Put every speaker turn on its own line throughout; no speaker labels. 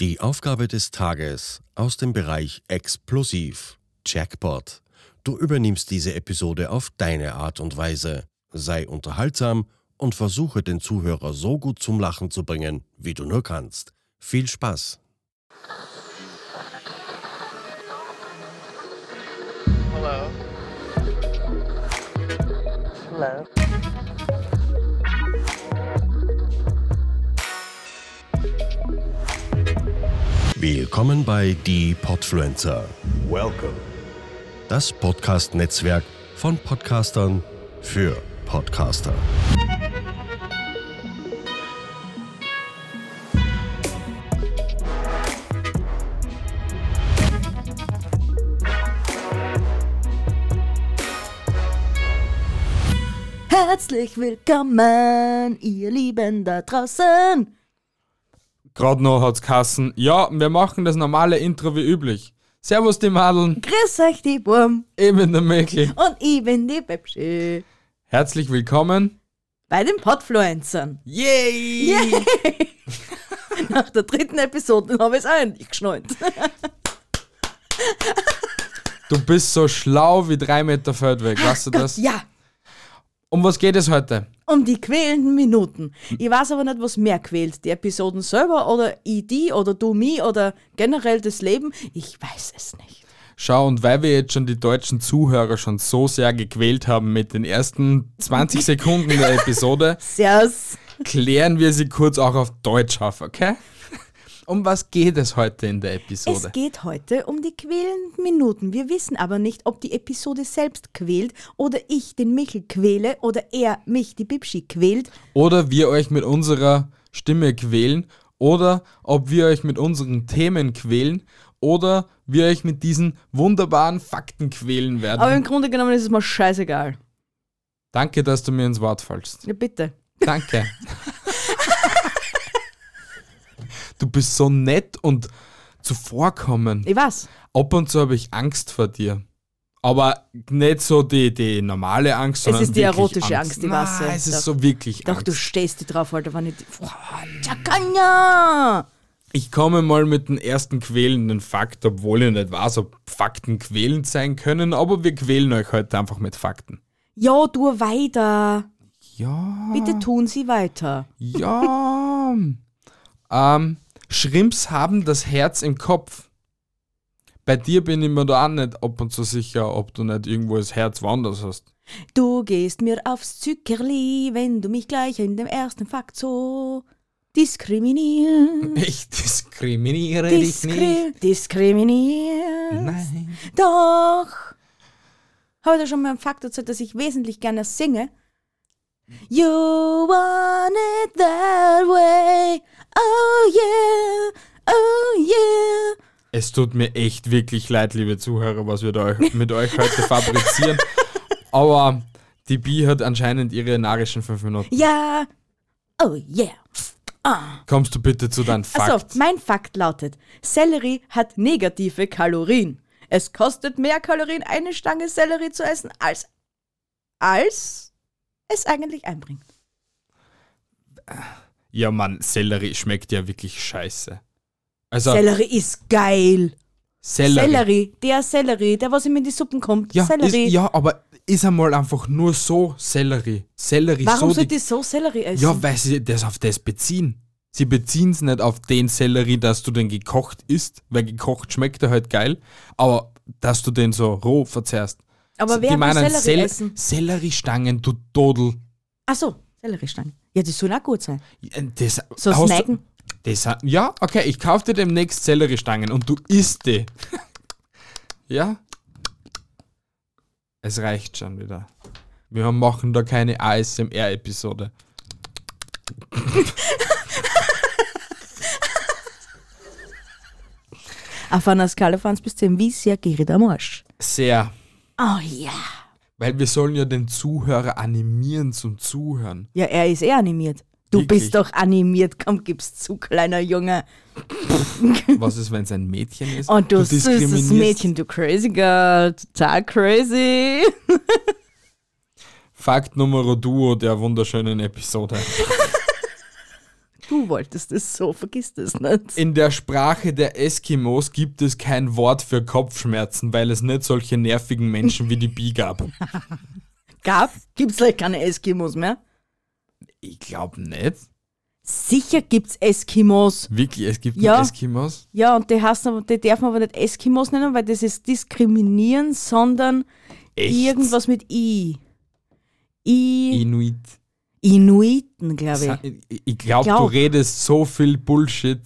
Die Aufgabe des Tages aus dem Bereich Explosiv. Jackpot. Du übernimmst diese Episode auf deine Art und Weise. Sei unterhaltsam und versuche den Zuhörer so gut zum Lachen zu bringen, wie du nur kannst. Viel Spaß!
Hello. Hello.
Willkommen bei Die Podfluencer,
Welcome.
das Podcast-Netzwerk von Podcastern für Podcaster.
Herzlich willkommen, ihr Lieben da draußen.
Gerade noch hat's Kassen. Ja, wir machen das normale Intro wie üblich. Servus die Madeln,
Grüß euch, die Wurm.
ich bin der Mäkel.
Und ich bin die Pepsi.
Herzlich willkommen.
Bei den Podfluencern.
Yay!
Nach der dritten Episode habe ich es eingeschnallt.
Du bist so schlau wie drei Meter Feld weg, weißt du das?
Ja,
Um was geht es heute?
um die quälenden Minuten. Ich weiß aber nicht, was mehr quält. Die Episoden selber oder ich die oder du mich oder generell das Leben. Ich weiß es nicht.
Schau, und weil wir jetzt schon die deutschen Zuhörer schon so sehr gequält haben mit den ersten 20 Sekunden der Episode,
Servus.
klären wir sie kurz auch auf Deutsch auf, okay? Um was geht es heute in der Episode?
Es geht heute um die quälenden Minuten. Wir wissen aber nicht, ob die Episode selbst quält oder ich den Michel quäle oder er mich, die Bibschi, quält.
oder wir euch mit unserer Stimme quälen oder ob wir euch mit unseren Themen quälen oder wir euch mit diesen wunderbaren Fakten quälen werden.
Aber im Grunde genommen ist es mir scheißegal.
Danke, dass du mir ins Wort fällst.
Ja, bitte.
Danke. du bist so nett und zuvorkommen.
Ich weiß.
Ab und zu habe ich Angst vor dir. Aber nicht so die, die normale Angst, sondern
ist die
wirklich
erotische Angst, die
Nein,
weiß ich.
es ist
Doch.
so wirklich
Doch,
Angst.
du stehst dir drauf, Alter, wenn ich. Oh, Chakanya!
Ich komme mal mit dem ersten quälenden Fakt, obwohl ich nicht weiß, ob Fakten quälend sein können, aber wir quälen euch heute einfach mit Fakten.
Ja, tu weiter.
Ja,
Bitte tun Sie weiter.
ja. ähm, Schrimps haben das Herz im Kopf. Bei dir bin ich mir da auch nicht ab und zu sicher, ob du nicht irgendwo das Herz woanders hast.
Du gehst mir aufs Zuckerli, wenn du mich gleich in dem ersten Fakt so diskriminierst.
Ich diskriminiere dich
Diskri diskriminierst.
nicht. Nein.
Doch. Habe ich dir schon mal einen Fakt erzählt, dass ich wesentlich gerne singe? You want it that way. Oh yeah. Oh yeah.
Es tut mir echt wirklich leid, liebe Zuhörer, was wir da euch, mit euch heute fabrizieren. Aber die Bi hat anscheinend ihre narischen fünf Minuten.
Ja. Oh yeah.
Kommst du bitte zu deinem Fakt?
Also, mein Fakt lautet, Sellerie hat negative Kalorien. Es kostet mehr Kalorien, eine Stange Sellerie zu essen, als, als es eigentlich einbringt.
ja, Mann, Sellerie schmeckt ja wirklich scheiße. Also,
Sellerie ist geil.
Sellerie.
Sellerie, der Sellerie, der was ihm in die Suppen kommt.
Ja,
Sellerie.
Ist, ja, aber ist einmal einfach nur so Sellerie. Sellerie
Warum
so.
sollte ich so Sellerie essen?
ja, weil sie das auf das beziehen. Sie beziehen es nicht auf den Sellerie, dass du den gekocht isst, weil gekocht schmeckt er halt geil, aber dass du den so roh verzehrst.
Aber wer
die
will
meinen
Sellerie
Sell
essen?
Selleriestangen, du Dodel.
Achso, Selleriestangen. Ja, das soll auch gut sein.
Äh, Das,
So
hast du-
snacken.
Das, ha- ja, okay, ich kauf dir demnächst Selleriestangen und du isst die. ja? Es reicht schon wieder. Wir machen da keine ASMR-Episode.
Auf einer Skala von 1 bis 10, wie sehr geht der Marsch?
Sehr.
Oh ja.
Weil wir sollen ja den Zuhörer animieren zum Zuhören.
Ja, er ist eh animiert. Du
Wirklich?
bist doch animiert, komm, gib's zu, kleiner Junge.
Was ist, wenn es ein Mädchen ist?
Und du, süßes
diskriminierst-
Mädchen, du crazy girl, total crazy.
Fakt Nummer Duo der wunderschönen Episode.
Du wolltest es so, vergiss das nicht.
In der Sprache der Eskimos gibt es kein Wort für Kopfschmerzen, weil es nicht solche nervigen Menschen wie die Bi gab.
Gab? Gibt's gleich keine Eskimos mehr?
Ich glaube nicht.
Sicher gibt's Eskimos.
Wirklich, es gibt
Ja.
nur Eskimos.
Ja, und die, heißen, aber- die dürfen aber nicht Eskimos nennen, weil das ist diskriminieren, sondern
Echt?
irgendwas mit I. I.
Inuit.
Inuiten, glaube ich.
Ich, ich glaube,
glaub.
du redest so viel Bullshit.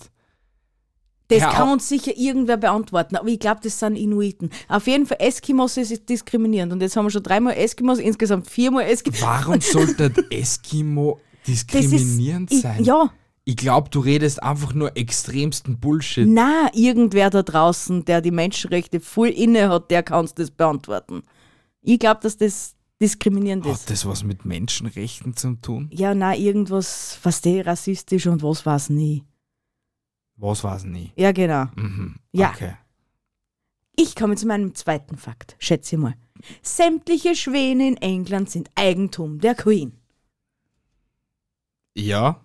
Das
Ja,
kann
au-
uns sicher irgendwer beantworten, aber ich glaube, das sind Inuiten. Auf jeden Fall, Eskimos ist diskriminierend. Und jetzt haben wir schon dreimal Eskimos, insgesamt viermal Eskimos.
Warum sollte ein Eskimo diskriminierend
ich,
sein?
Ja,
Ich glaube, du redest einfach nur extremsten Bullshit.
na, irgendwer da draußen, der die Menschenrechte voll inne hat, der kann uns das beantworten. Ich glaube, dass das diskriminierend ist.
Hat das was mit Menschenrechten zu tun?
Ja, na, irgendwas, was die rassistisch und was war's nie.
Was weiß ich nie.
Ja, genau.
Mhm.
Ja.
Okay.
Ich komme zu meinem zweiten Fakt, schätze ich mal. Sämtliche Schwäne in England sind Eigentum der Queen.
Ja.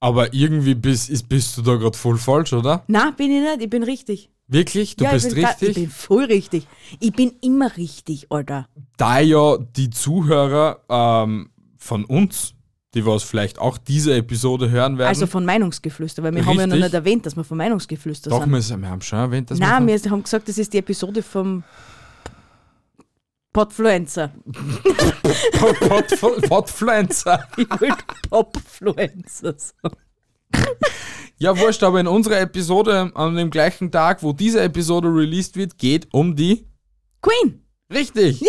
Aber irgendwie bist, ist, bist du da gerade voll falsch, oder?
Na, bin ich nicht, ich bin richtig.
Wirklich? Du
ja,
bist
ich bin Da, ich bin
richtig?
voll richtig. Ich bin immer richtig, Alter.
Da ja die Zuhörer ähm, von uns, die was vielleicht auch diese Episode hören werden,
Also von Meinungsgeflüster, weil wir haben ja noch
Richtig.
nicht erwähnt, dass wir von Meinungsgeflüster
doch,
sind.
wir, sind- wir haben schon erwähnt, dass
Nein,
wir
wir haben gesagt, das ist die Episode vom Podfluencer.
von Pod- Pod- Podpflanzer.
Ich wollte Popfluencer sagen.
Ja, wurscht, aber in unserer Episode an dem gleichen Tag, wo diese Episode released wird, geht um die.
Queen!
Richtig!
Ja!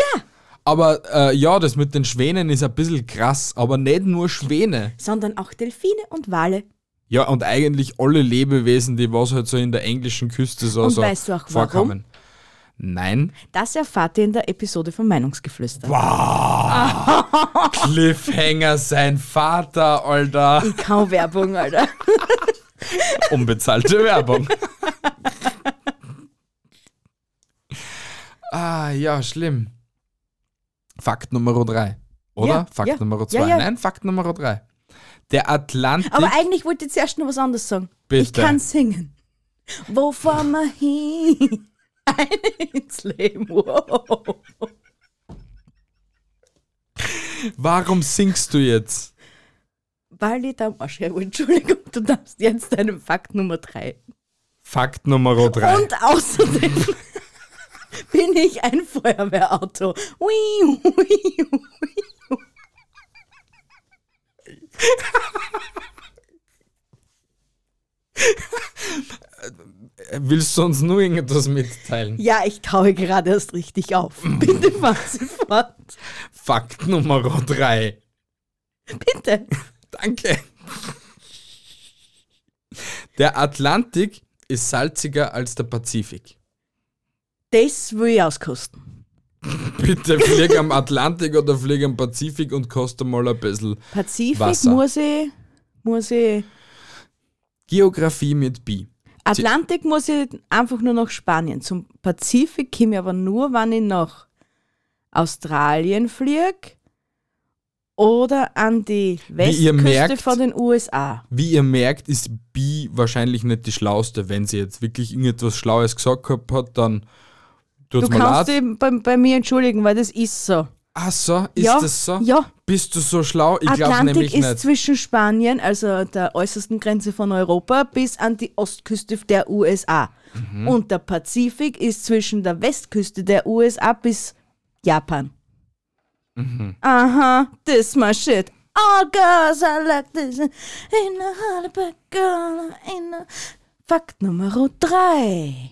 Aber äh, ja, das mit den Schwänen ist ein bisschen krass, aber nicht nur Schwäne.
sondern auch Delfine und Wale.
Ja, und eigentlich alle Lebewesen, die was halt so in der englischen Küste so,
Und
so
weißt du auch, warum?
vorkamen. Nein.
Das erfahrt ihr in der Episode von Meinungsgeflüster.
Cliffhanger, sein Vater, Alter.
Ich kann Werbung, Alter.
Unbezahlte Werbung. ah, ja, schlimm. Fakt Nummer drei, Oder?
Ja,
Fakt
ja,
Nummer zwei.
ja, ja.
Nein, Fakt Nummer drei. Der Atlantik.
Aber eigentlich wollte ich zuerst noch was anderes sagen. Ich
Bitte.
kann singen. Wo fahren wir hin? Ein ins Leben. Wow.
Warum singst du jetzt?
Weil ich da am Arsch herwohl. Entschuldigung, du darfst jetzt deinen Fakt Nummer 3.
Fakt Nummer drei.
Und außerdem bin ich ein Feuerwehrauto. Ui, ui, ui.
Willst du uns nur irgendetwas mitteilen?
Ja, ich taue gerade erst richtig auf. Bitte fahren Sie fort.
Fakt Nummer drei.
Bitte.
Danke. Der Atlantik ist salziger als der Pazifik.
Das will ich auskosten.
Bitte flieg am Atlantik oder flieg am Pazifik und koste mal ein bisschen.
Pazifik
Wasser.
muss ich, muss ich,
Geografie mit Bi.
Atlantik muss ich einfach nur nach Spanien. Zum Pazifik komme ich aber nur, wenn ich nach Australien fliege oder an die
Wie ihr
Westküste
merkt-
von den USA.
Wie ihr merkt, ist Bi wahrscheinlich nicht die schlauste. Wenn sie jetzt wirklich irgendetwas Schlaues gesagt gehabt hat, dann tut's
Du
mir
kannst
leid.
dich bei, bei mir entschuldigen, weil das ist so.
Ach so, ist
ja,
das so?
Ja.
Bist du so schlau? Ich glaube
Atlantik
nämlich
ist
nicht.
zwischen Spanien, also der äußersten Grenze von Europa, bis an die Ostküste der USA.
Mhm.
Und der Pazifik ist zwischen der Westküste der USA bis Japan.
Mhm.
Aha, this my shit. All girls are like this. In a Hollywood girl, in a... Fakt Nummer 3.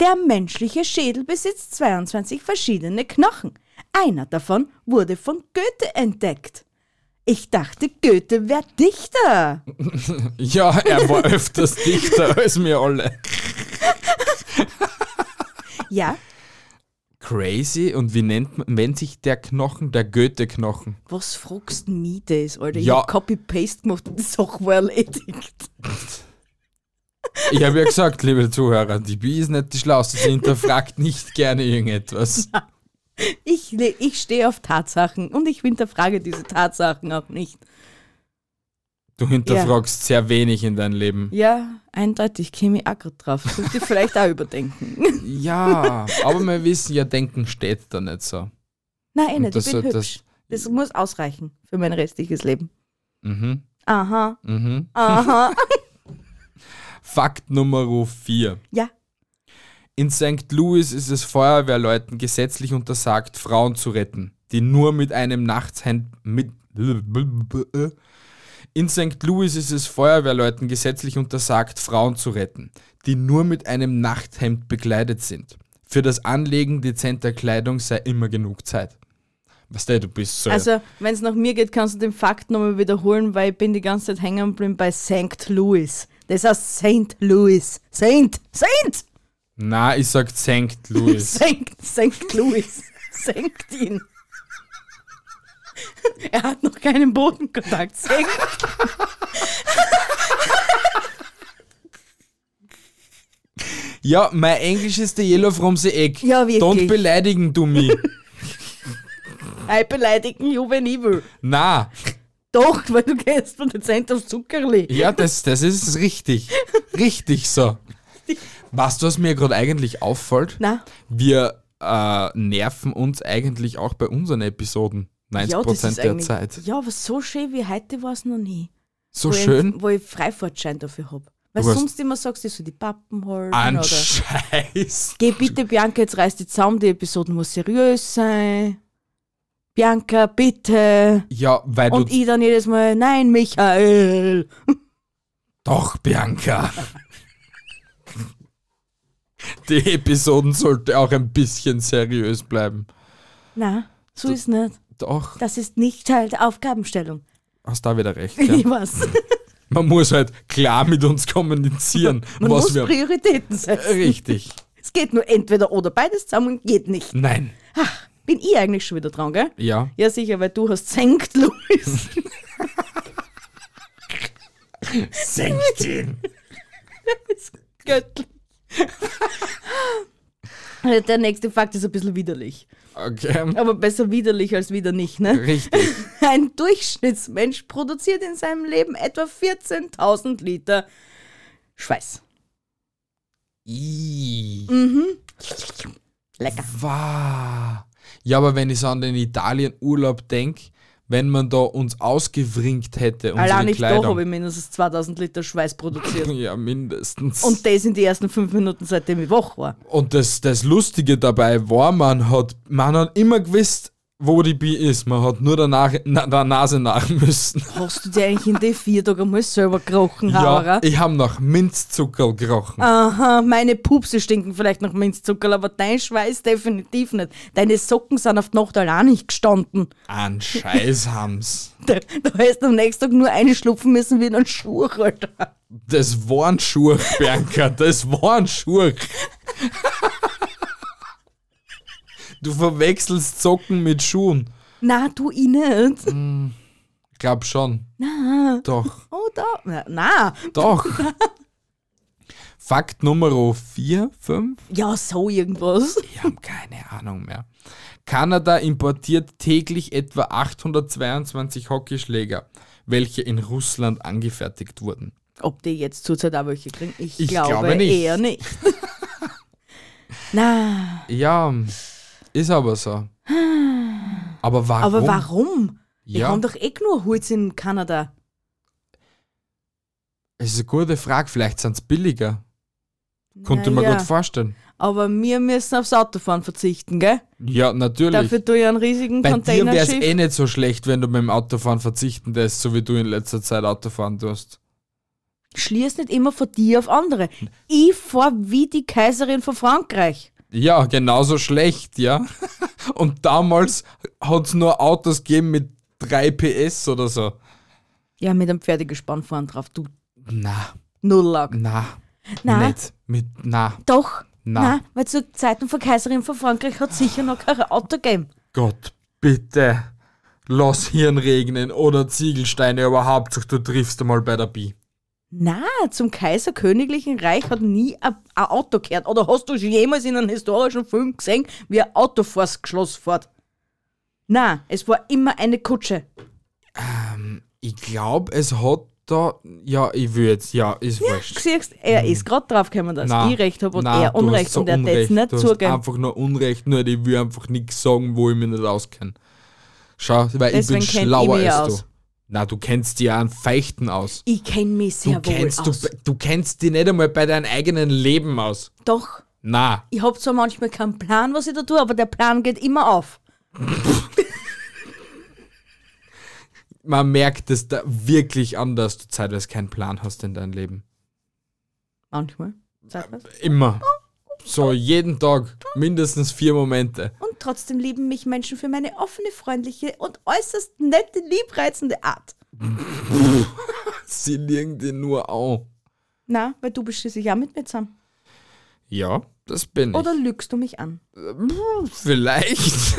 Der menschliche Schädel besitzt 22 verschiedene Knochen. Einer davon wurde von Goethe entdeckt. Ich dachte, Goethe wäre Dichter.
Ja, er war öfters dichter als wir alle.
Ja,
Crazy. Und wie nennt, man- nennt sich der Knochen? Der Goethe-Knochen.
was fragst du mir das, Alter? Ich
Ja.
hab Copy-Paste gemacht und die Sache war erledigt.
Ich habe ja gesagt, liebe Zuhörer, die Bi ist nicht die Schlauste. Sie hinterfragt nicht gerne irgendetwas.
Ich, le- ich stehe auf Tatsachen und ich hinterfrage diese Tatsachen auch nicht.
Du hinterfragst sehr wenig in deinem Leben.
Ja, eindeutig, käme ich auch gerade drauf. Sollte ich vielleicht auch überdenken.
Ja, aber wir wissen ja, Denken steht da nicht so.
Nein, eh
Und
nicht,
das
ich bin
soll-
hübsch. Das, muss ausreichen für mein restliches Leben.
Mhm,
Aha,
mhm.
aha.
Fakt Nummer 4.
ja,
In St. Louis ist es Feuerwehrleuten gesetzlich untersagt, Frauen zu retten, die nur mit einem Nachtshemd mit In St. Louis ist es Feuerwehrleuten gesetzlich untersagt, Frauen zu retten, die nur mit einem Nachthemd bekleidet sind. Für das Anlegen dezenter Kleidung sei immer genug Zeit. Was der du bist so.
also wenn es nach mir geht, kannst du den Fakt nochmal wiederholen, weil ich bin die ganze Zeit hängen geblieben bei St. Louis. Das heißt St. Louis. St. St.
Na, ich sag St. Louis.
Senkt, senkt Louis. Senkt ihn. Er hat noch keinen Bodenkontakt. Senkt.
ja, mein Englisch ist der Yellow from the Egg.
Ja, wirklich.
Don't beleidigen du mich.
Ei beleidigen, ja, wenn ich will.
Na.
Doch, weil du gehst von Dezent auf Zuckerli.
Ja, das, das ist richtig. Richtig so. Weißt du, was mir gerade eigentlich auffällt?
Na,
Wir äh, nerven uns eigentlich auch bei unseren Episoden. 90%
ja, das ist
der
eigentlich.
Zeit.
Ja, aber so schön wie heute war es noch nie.
So
wo
schön.
Ich, wo ich Freifahrtschein dafür habe. Weil
Du hast-
sonst immer sagst du, so die Pappen holen.
An
oder
Scheiß.
Geh bitte, Bianca, jetzt reiß die zusammen, die Episode muss seriös sein. Bianca, bitte.
Ja, weil
Und
du.
ich dann jedes Mal, nein, Michael.
Doch, Bianca. Die Episoden sollte auch ein bisschen seriös bleiben.
Na, so ist nicht.
Doch,
Das ist nicht Teil der Aufgabenstellung.
hast da wieder recht.
Ich
Ja.
weiß.
Man muss halt klar mit uns kommunizieren,
Man
was
muss
wir. Äh.
Prioritäten setzen.
Richtig.
Es geht nur entweder oder beides zusammen geht nicht.
Nein.
Bin ich eigentlich schon wieder dran, gell?
Ja.
Ja, sicher, weil du hast senkt, Luis.
Senkt ihn.
Göttlich. Der nächste Fakt ist ein bisschen widerlich.
Okay.
Aber besser widerlich als wieder nicht, ne?
Richtig.
Ein Durchschnittsmensch produziert in seinem Leben etwa 14.000 Liter Schweiß.
Ih.
Mhm. Lecker.
Wah. Ja, aber wenn ich so an den Italien-Urlaub denke, wenn man da uns ausgewringt hätte, unsere
Allein ich doch
Kleidung.
habe ich mindestens 2000 Liter Schweiß produziert.
ja, mindestens.
Und das in die ersten fünf Minuten, seitdem ich wach war.
Und das, das Lustige dabei war, man hat, man hat immer gewusst, wo die Bi ist. Man hat nur der, nach, na, der Nase nach müssen.
Hast du dir eigentlich in den vier Tagen mal selber gerochen,
Ja,
Hauer?
ich habe nach Minzzucker gerochen.
Aha, meine Pupse stinken vielleicht nach Minzzuckerl, aber dein Schweiß definitiv nicht. Deine Socken sind auf die Nacht allein nicht gestanden.
An Scheiß haben's.
Da, da hast du am nächsten Tag nur eine schlupfen müssen wie in einen Schuh, Alter.
Das waren Schurk, Bianca, das waren Schurk. Du verwechselst Socken mit Schuhen.
Na, du, ich nicht.
Mhm. Glaub schon.
Na,
Doch,
oh da. Na, na.
doch. Fakt Nummer 4, 5?
Ja, so irgendwas.
Ich habe keine Ahnung mehr. Kanada importiert täglich etwa 822 Hockeyschläger, welche in Russland angefertigt wurden.
Ob die jetzt zurzeit auch welche kriegen? Ich,
Ich
glaube,
glaube nicht.
eher nicht. na,
Ja, ist aber so. Aber warum?
aber warum? Wir
Ja.
haben doch eh nur Holz in Kanada.
Es ist eine gute Frage, vielleicht sind es billiger. Konnte man
Naja,
gut vorstellen.
Aber wir müssen aufs Autofahren verzichten, gell?
Ja, natürlich.
Dafür tue ich einen riesigen
Bei dir wäre es
Containerschiff.
eh nicht so schlecht, wenn du beim Autofahren verzichten lässt, so wie du in letzter Zeit Autofahren tust.
Schließ nicht immer von dir auf andere. Ich fahr wie die Kaiserin von Frankreich.
Ja, genauso schlecht, ja. Und damals hat es nur Autos gegeben mit 3 PS oder so.
Ja, mit einem Pferdegespann fahren drauf. Du
Na,
Nulllack.
na,
Na.
nicht. Mit, na,
Doch.
Na.
Nein, weil zu Zeiten von Kaiserin von Frankreich hat sicher noch kein Auto gegeben.
Gott, bitte. Lass Hirn regnen oder Ziegelsteine, aber Hauptsache du triffst einmal bei der Bi.
Na, zum Kaiser Königlichen Reich hat nie ein ein Auto gehört. Oder hast du schon jemals in einem historischen Film gesehen, wie ein Auto vors Schloss fährt? Na, es war immer eine Kutsche.
Ich glaube, es hat da, ja, ich will jetzt, ja, ist wurscht.
Siehst, er ist gerade draufgekommen, dass
Mhm. Nein,
ich recht habe und
nein,
er
du hast
Unrecht
so
und er hat jetzt
Unrecht.
nicht
Du hast
zugeben.
einfach nur Unrecht, nur ich will einfach nichts sagen, wo ich mich nicht auskenne. Schau, weil
Deswegen
ich bin
kenn ich
schlauer
mich
als
aus.
du. Na, du kennst dich ja an Feichten aus.
Ich kenne mich
Du
sehr wohl
kennst, du,
aus.
du kennst dich nicht einmal bei deinem eigenen Leben aus.
Doch,
Na,
ich habe zwar manchmal keinen Plan, was ich da tue, aber der Plan geht immer auf.
man merkt es da wirklich an, dass du zeitweise keinen Plan hast in deinem Leben.
Manchmal. Sag
Äh,
was.
Immer. So, jeden Tag. Mindestens vier Momente.
Und trotzdem lieben mich Menschen für meine offene, freundliche und äußerst nette, liebreizende Art.
Sie liegen dir nur an.
Na, weil du bist schließlich auch mit mir zusammen.
Ja, das bin ich.
Oder lügst du mich an?
Vielleicht.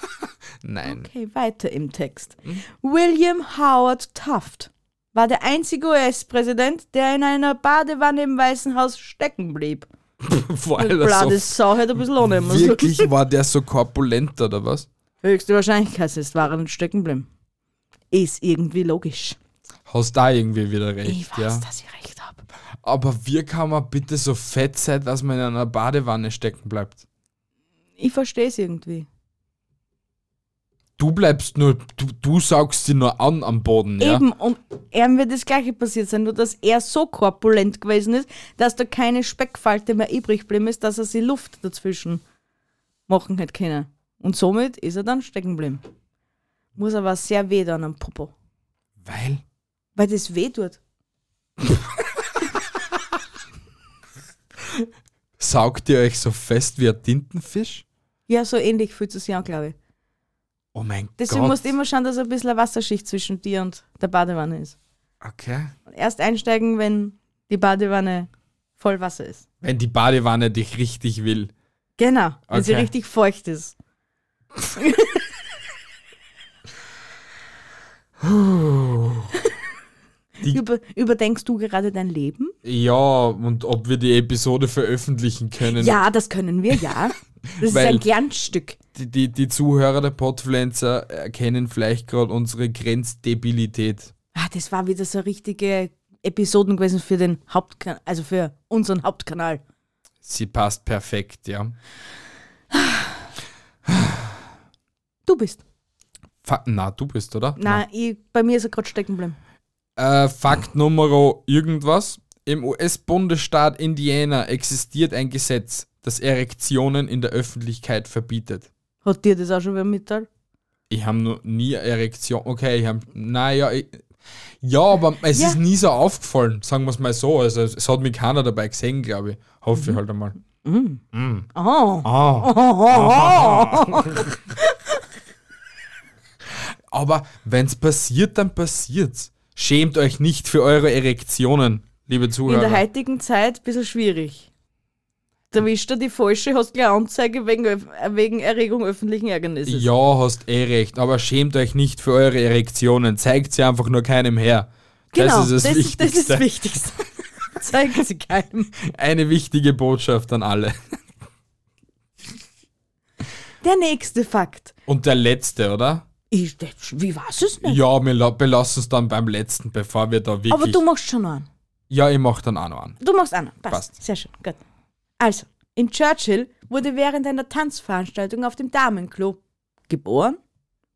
Nein.
Okay, weiter im Text.
Hm.
William Howard Taft war der einzige US-Präsident, der in einer Badewanne im Weißen Haus stecken blieb.
Vor
Die
allem
blöde
so
Sau hätte ein bisschen ohne müssen.
wirklich war der so korpulent, oder was?
Höchste Wahrscheinlichkeit ist, war er nicht stecken geblieben. Ist irgendwie logisch.
Hast da irgendwie wieder recht,
Ich weiß,
ja.
dass ich recht habe.
Aber wie kann man bitte so fett sein, dass man in einer Badewanne stecken bleibt?
Ich verstehe es irgendwie.
Du bleibst nur, du, du saugst sie nur an am Boden, ja?
Eben, und ihm wird das gleiche passiert sein, nur dass er so korpulent gewesen ist, dass da keine Speckfalte mehr übrig geblieben ist, dass er sie Luft dazwischen machen hätte können. Und somit ist er dann stecken geblieben. Muss aber sehr weh dann am Popo.
Weil?
Weil das weh tut.
Saugt ihr euch so fest wie ein Tintenfisch?
Ja, so ähnlich fühlt es sich an, glaube ich.
Oh mein
Deswegen
Gott.
musst du immer schauen, dass ein bisschen eine Wasserschicht zwischen dir und der Badewanne ist.
okay.
Und erst einsteigen, wenn die Badewanne voll Wasser ist.
Wenn die Badewanne dich richtig will.
Genau, wenn sie
Okay.
richtig feucht ist.
Die-
Über, überdenkst du gerade dein Leben?
Ja, und ob wir die Episode veröffentlichen können.
Ja, das können wir, ja. Das ist
Weil-
ein Glanzstück.
Die, die, die Zuhörer der Podpflanzer erkennen vielleicht gerade unsere Grenzdebilität.
Ah, das war wieder so richtige Episoden gewesen für den Hauptkanal, also für unseren Hauptkanal.
Sie passt perfekt, ja.
Du bist.
Fa Na, du bist, oder?
Nein, ich, bei mir ist er gerade stecken geblieben.
Äh, Fakt Nummer irgendwas. Im US-Bundesstaat Indiana existiert ein Gesetz, das Erektionen in der Öffentlichkeit verbietet.
Hat dir das auch schon wieder mitteilt?
Ich habe noch nie eine Erektion. Okay, ich habe. Naja, ich, ja, aber es
Ja.
ist nie so aufgefallen, sagen wir es mal so. Also, es es hat mich keiner dabei gesehen, glaube ich. Hoffe ich halt einmal.
Oh.
Ah. Aber wenn's passiert, dann passiert's. Schämt euch nicht für eure Erektionen, liebe
In
Zuhörer.
der heutigen Zeit ein bisschen schwierig. Da wischt er die falsche, hast gleich Anzeige wegen, Öf- wegen Erregung öffentlichen Ärgernisses.
ja, hast eh recht, aber schämt euch nicht für eure Erektionen. Zeigt sie einfach nur keinem her.
genau,
das ist das, Wichtigste.
das ist das Wichtigste. Zeigen Sie keinem.
Eine wichtige Botschaft an alle.
Der nächste Fakt.
Und der letzte, oder?
Ich, das- wie war es nicht?
Ja, wir la- belassen es dann beim letzten, bevor wir da wirklich.
Aber du machst schon noch einen.
ja, ich mach dann auch noch an.
Du machst einen. Passt.
Passt.
Sehr schön. Gut. Also, in Churchill wurde während einer Tanzveranstaltung auf dem Damenklo geboren.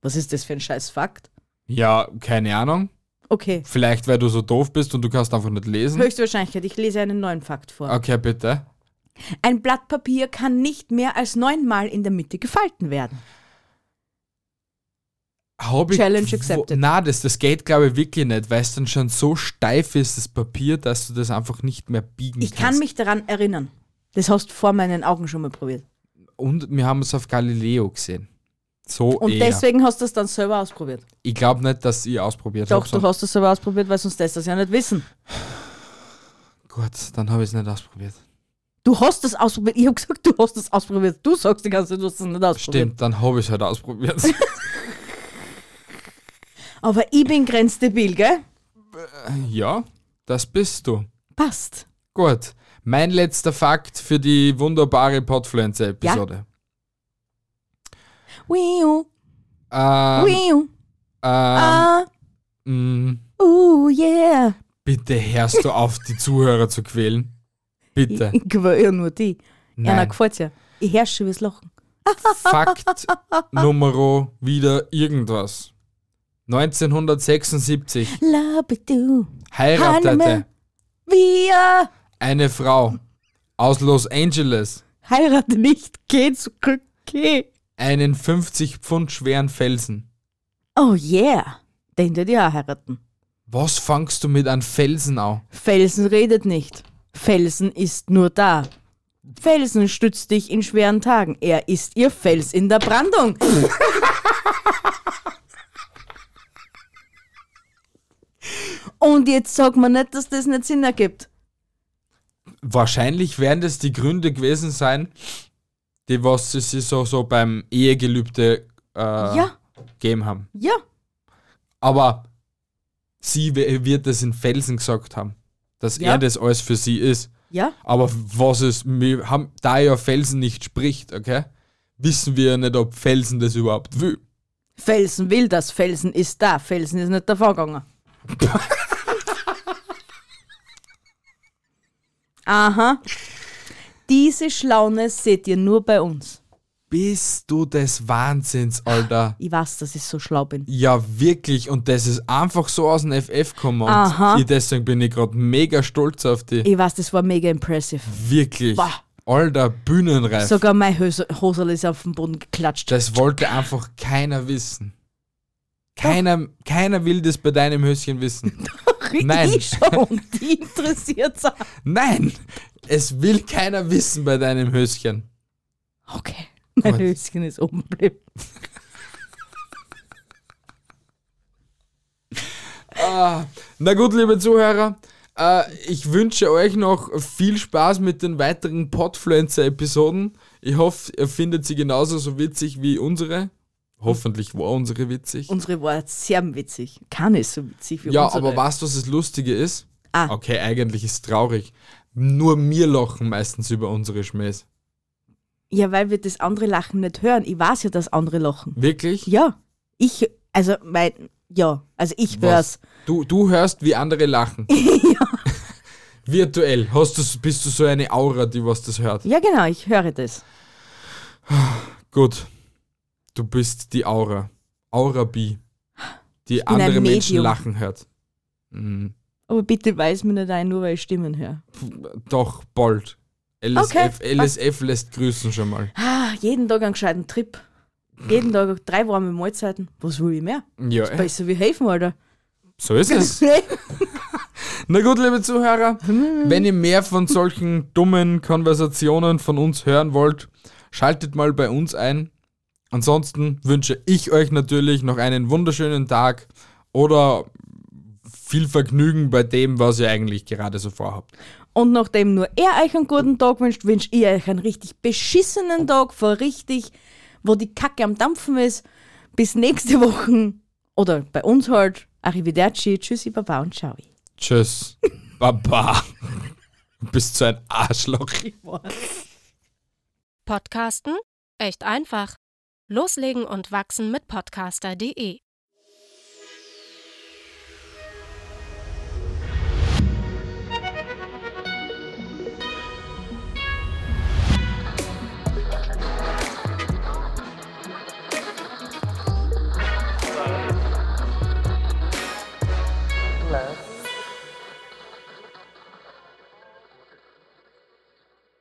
Was ist das für ein scheiß Fakt?
Ja, keine Ahnung.
Okay.
Vielleicht, weil du so doof bist und du kannst einfach nicht lesen.
Höchste Wahrscheinlichkeit, ich lese einen neuen Fakt vor.
Okay, bitte.
Ein Blatt Papier kann nicht mehr als neunmal in der Mitte gefalten werden.
Hab ich
Challenge
wo-
accepted.
Nein, das, das geht glaube ich wirklich nicht, weil es dann schon so steif ist, das Papier, dass du das einfach nicht mehr biegen
Ich kann
kannst.
mich daran erinnern. Das hast du vor meinen Augen schon mal probiert.
Und wir haben es auf Galileo gesehen. So
Und
eher.
deswegen hast du es dann selber ausprobiert.
Ich glaube nicht, dass ich ausprobiert
Doch, du
habe.
hast es selber ausprobiert, weil sonst lässt das ja nicht wissen.
Gut, dann habe ich es nicht ausprobiert.
Du hast es ausprobiert. Ich habe gesagt, du hast es ausprobiert. Du sagst die ganze Zeit, du hast es nicht ausprobiert.
Stimmt, dann habe ich es halt ausprobiert.
Aber ich bin grenzdebil, gell?
ja, das bist du.
Passt.
Gut. Mein letzter Fakt für die wunderbare Podfluencer-Episode.
Wiu,
Ähm,
wiu,
ähm,
ah,
Mm,
Oh yeah.
bitte hörst du auf, die Zuhörer zu quälen. Bitte.
Ich quäle nur die. Ja, na, gefällt's ja. Ich herrsche übers Lachen.
Fakt Numero wieder irgendwas. 1976
Love du. Hannemann.
heiratete
Wir
eine Frau aus Los Angeles
heirate nicht. Geh zurück. Geh.
einen 50 Pfund schweren Felsen.
Oh yeah. Den tät ich auch heiraten.
Was fangst du mit einem Felsen an?
Felsen redet nicht. Felsen ist nur da. Felsen stützt dich in schweren Tagen. Er ist ihr Fels in der Brandung. Und jetzt sag mir nicht, dass das nicht Sinn ergibt.
Wahrscheinlich werden das die Gründe gewesen sein, die was sie sich so, so beim Ehegelübde äh,
Ja,
gegeben haben.
ja.
Aber sie we- wird es in Felsen gesagt haben, dass
Ja.
er das alles für sie ist.
Ja,
Aber was es, wir haben, da er ja Felsen nicht spricht, okay, wissen wir ja nicht, ob Felsen das überhaupt will.
Felsen will das, Felsen ist da, Felsen ist nicht davongegangen. Aha. Diese Schlaune seht ihr nur bei uns.
Bist du des Wahnsinns, Alter?
Ich weiß, dass ich so schlau bin.
Ja, wirklich. Und das ist einfach so aus dem FF gekommen. Und
Aha.
Ich, deswegen bin ich gerade mega stolz auf dich.
Ich weiß, das war mega impressive.
Wirklich.
Boah.
Alter, bühnenreif.
Sogar mein Höse- Hoserl ist auf den Boden geklatscht.
Äh, das wollte einfach keiner wissen. Keiner, keiner will das bei deinem Höschen wissen. nein.
Ich schon, die interessiert
Nein, es will keiner wissen bei deinem Höschen.
Okay, mein
Gut.
Höschen ist oben geblieben.
Na gut, liebe Zuhörer, äh, ich wünsche euch noch viel Spaß mit den weiteren Podfluencer-Episoden. Ich hoffe, ihr findet sie genauso so witzig wie unsere. Hoffentlich war unsere witzig.
Unsere war sehr witzig. Keine ist so witzig wie
ja,
unsere.
aber weißt du, was das Lustige ist?
Ah.
Okay, eigentlich ist es traurig. Nur wir lachen meistens über unsere Schmähs.
Ja, weil wir das andere Lachen nicht hören. Ich weiß ja, dass andere lachen.
Wirklich?
Ja, ich, also mein, ja, also ich hör's.
Du, du hörst, wie andere lachen.
ja.
Virtuell. Hast du, bist du so eine Aura, die was das hört?
ja, genau, ich höre das.
Gut. Du bist die Aura. Aura B. Die
bin ein
andere Menschen
Medium.
lachen hört. Mhm.
Aber bitte weiß mir nicht ein, nur weil ich Stimmen höre.
Doch, bald. LSF,
Okay.
LSF lässt grüßen schon mal.
Ah, jeden Tag einen gescheiten Trip. Jeden Tag drei warme Mahlzeiten. Was will ich mehr?
Ja, eh.
Besser wie helfen, Alter.
so ist es. Na gut, liebe Zuhörer,
Mhm.
wenn ihr mehr von solchen dummen Konversationen von uns hören wollt, schaltet mal bei uns ein. Ansonsten wünsche ich euch natürlich noch einen wunderschönen Tag oder viel Vergnügen bei dem, was ihr eigentlich gerade so vorhabt.
Und nachdem nur er euch einen guten Tag wünscht, wünsche ich euch einen richtig beschissenen Tag, vor richtig, wo die Kacke am Dampfen ist. Bis nächste Woche. Oder bei uns halt. Arrivederci, tschüssi, baba und ciao.
Tschüss. Baba. Bist so ein Arschloch.
Podcasten? Echt einfach. Loslegen und wachsen mit podcaster.de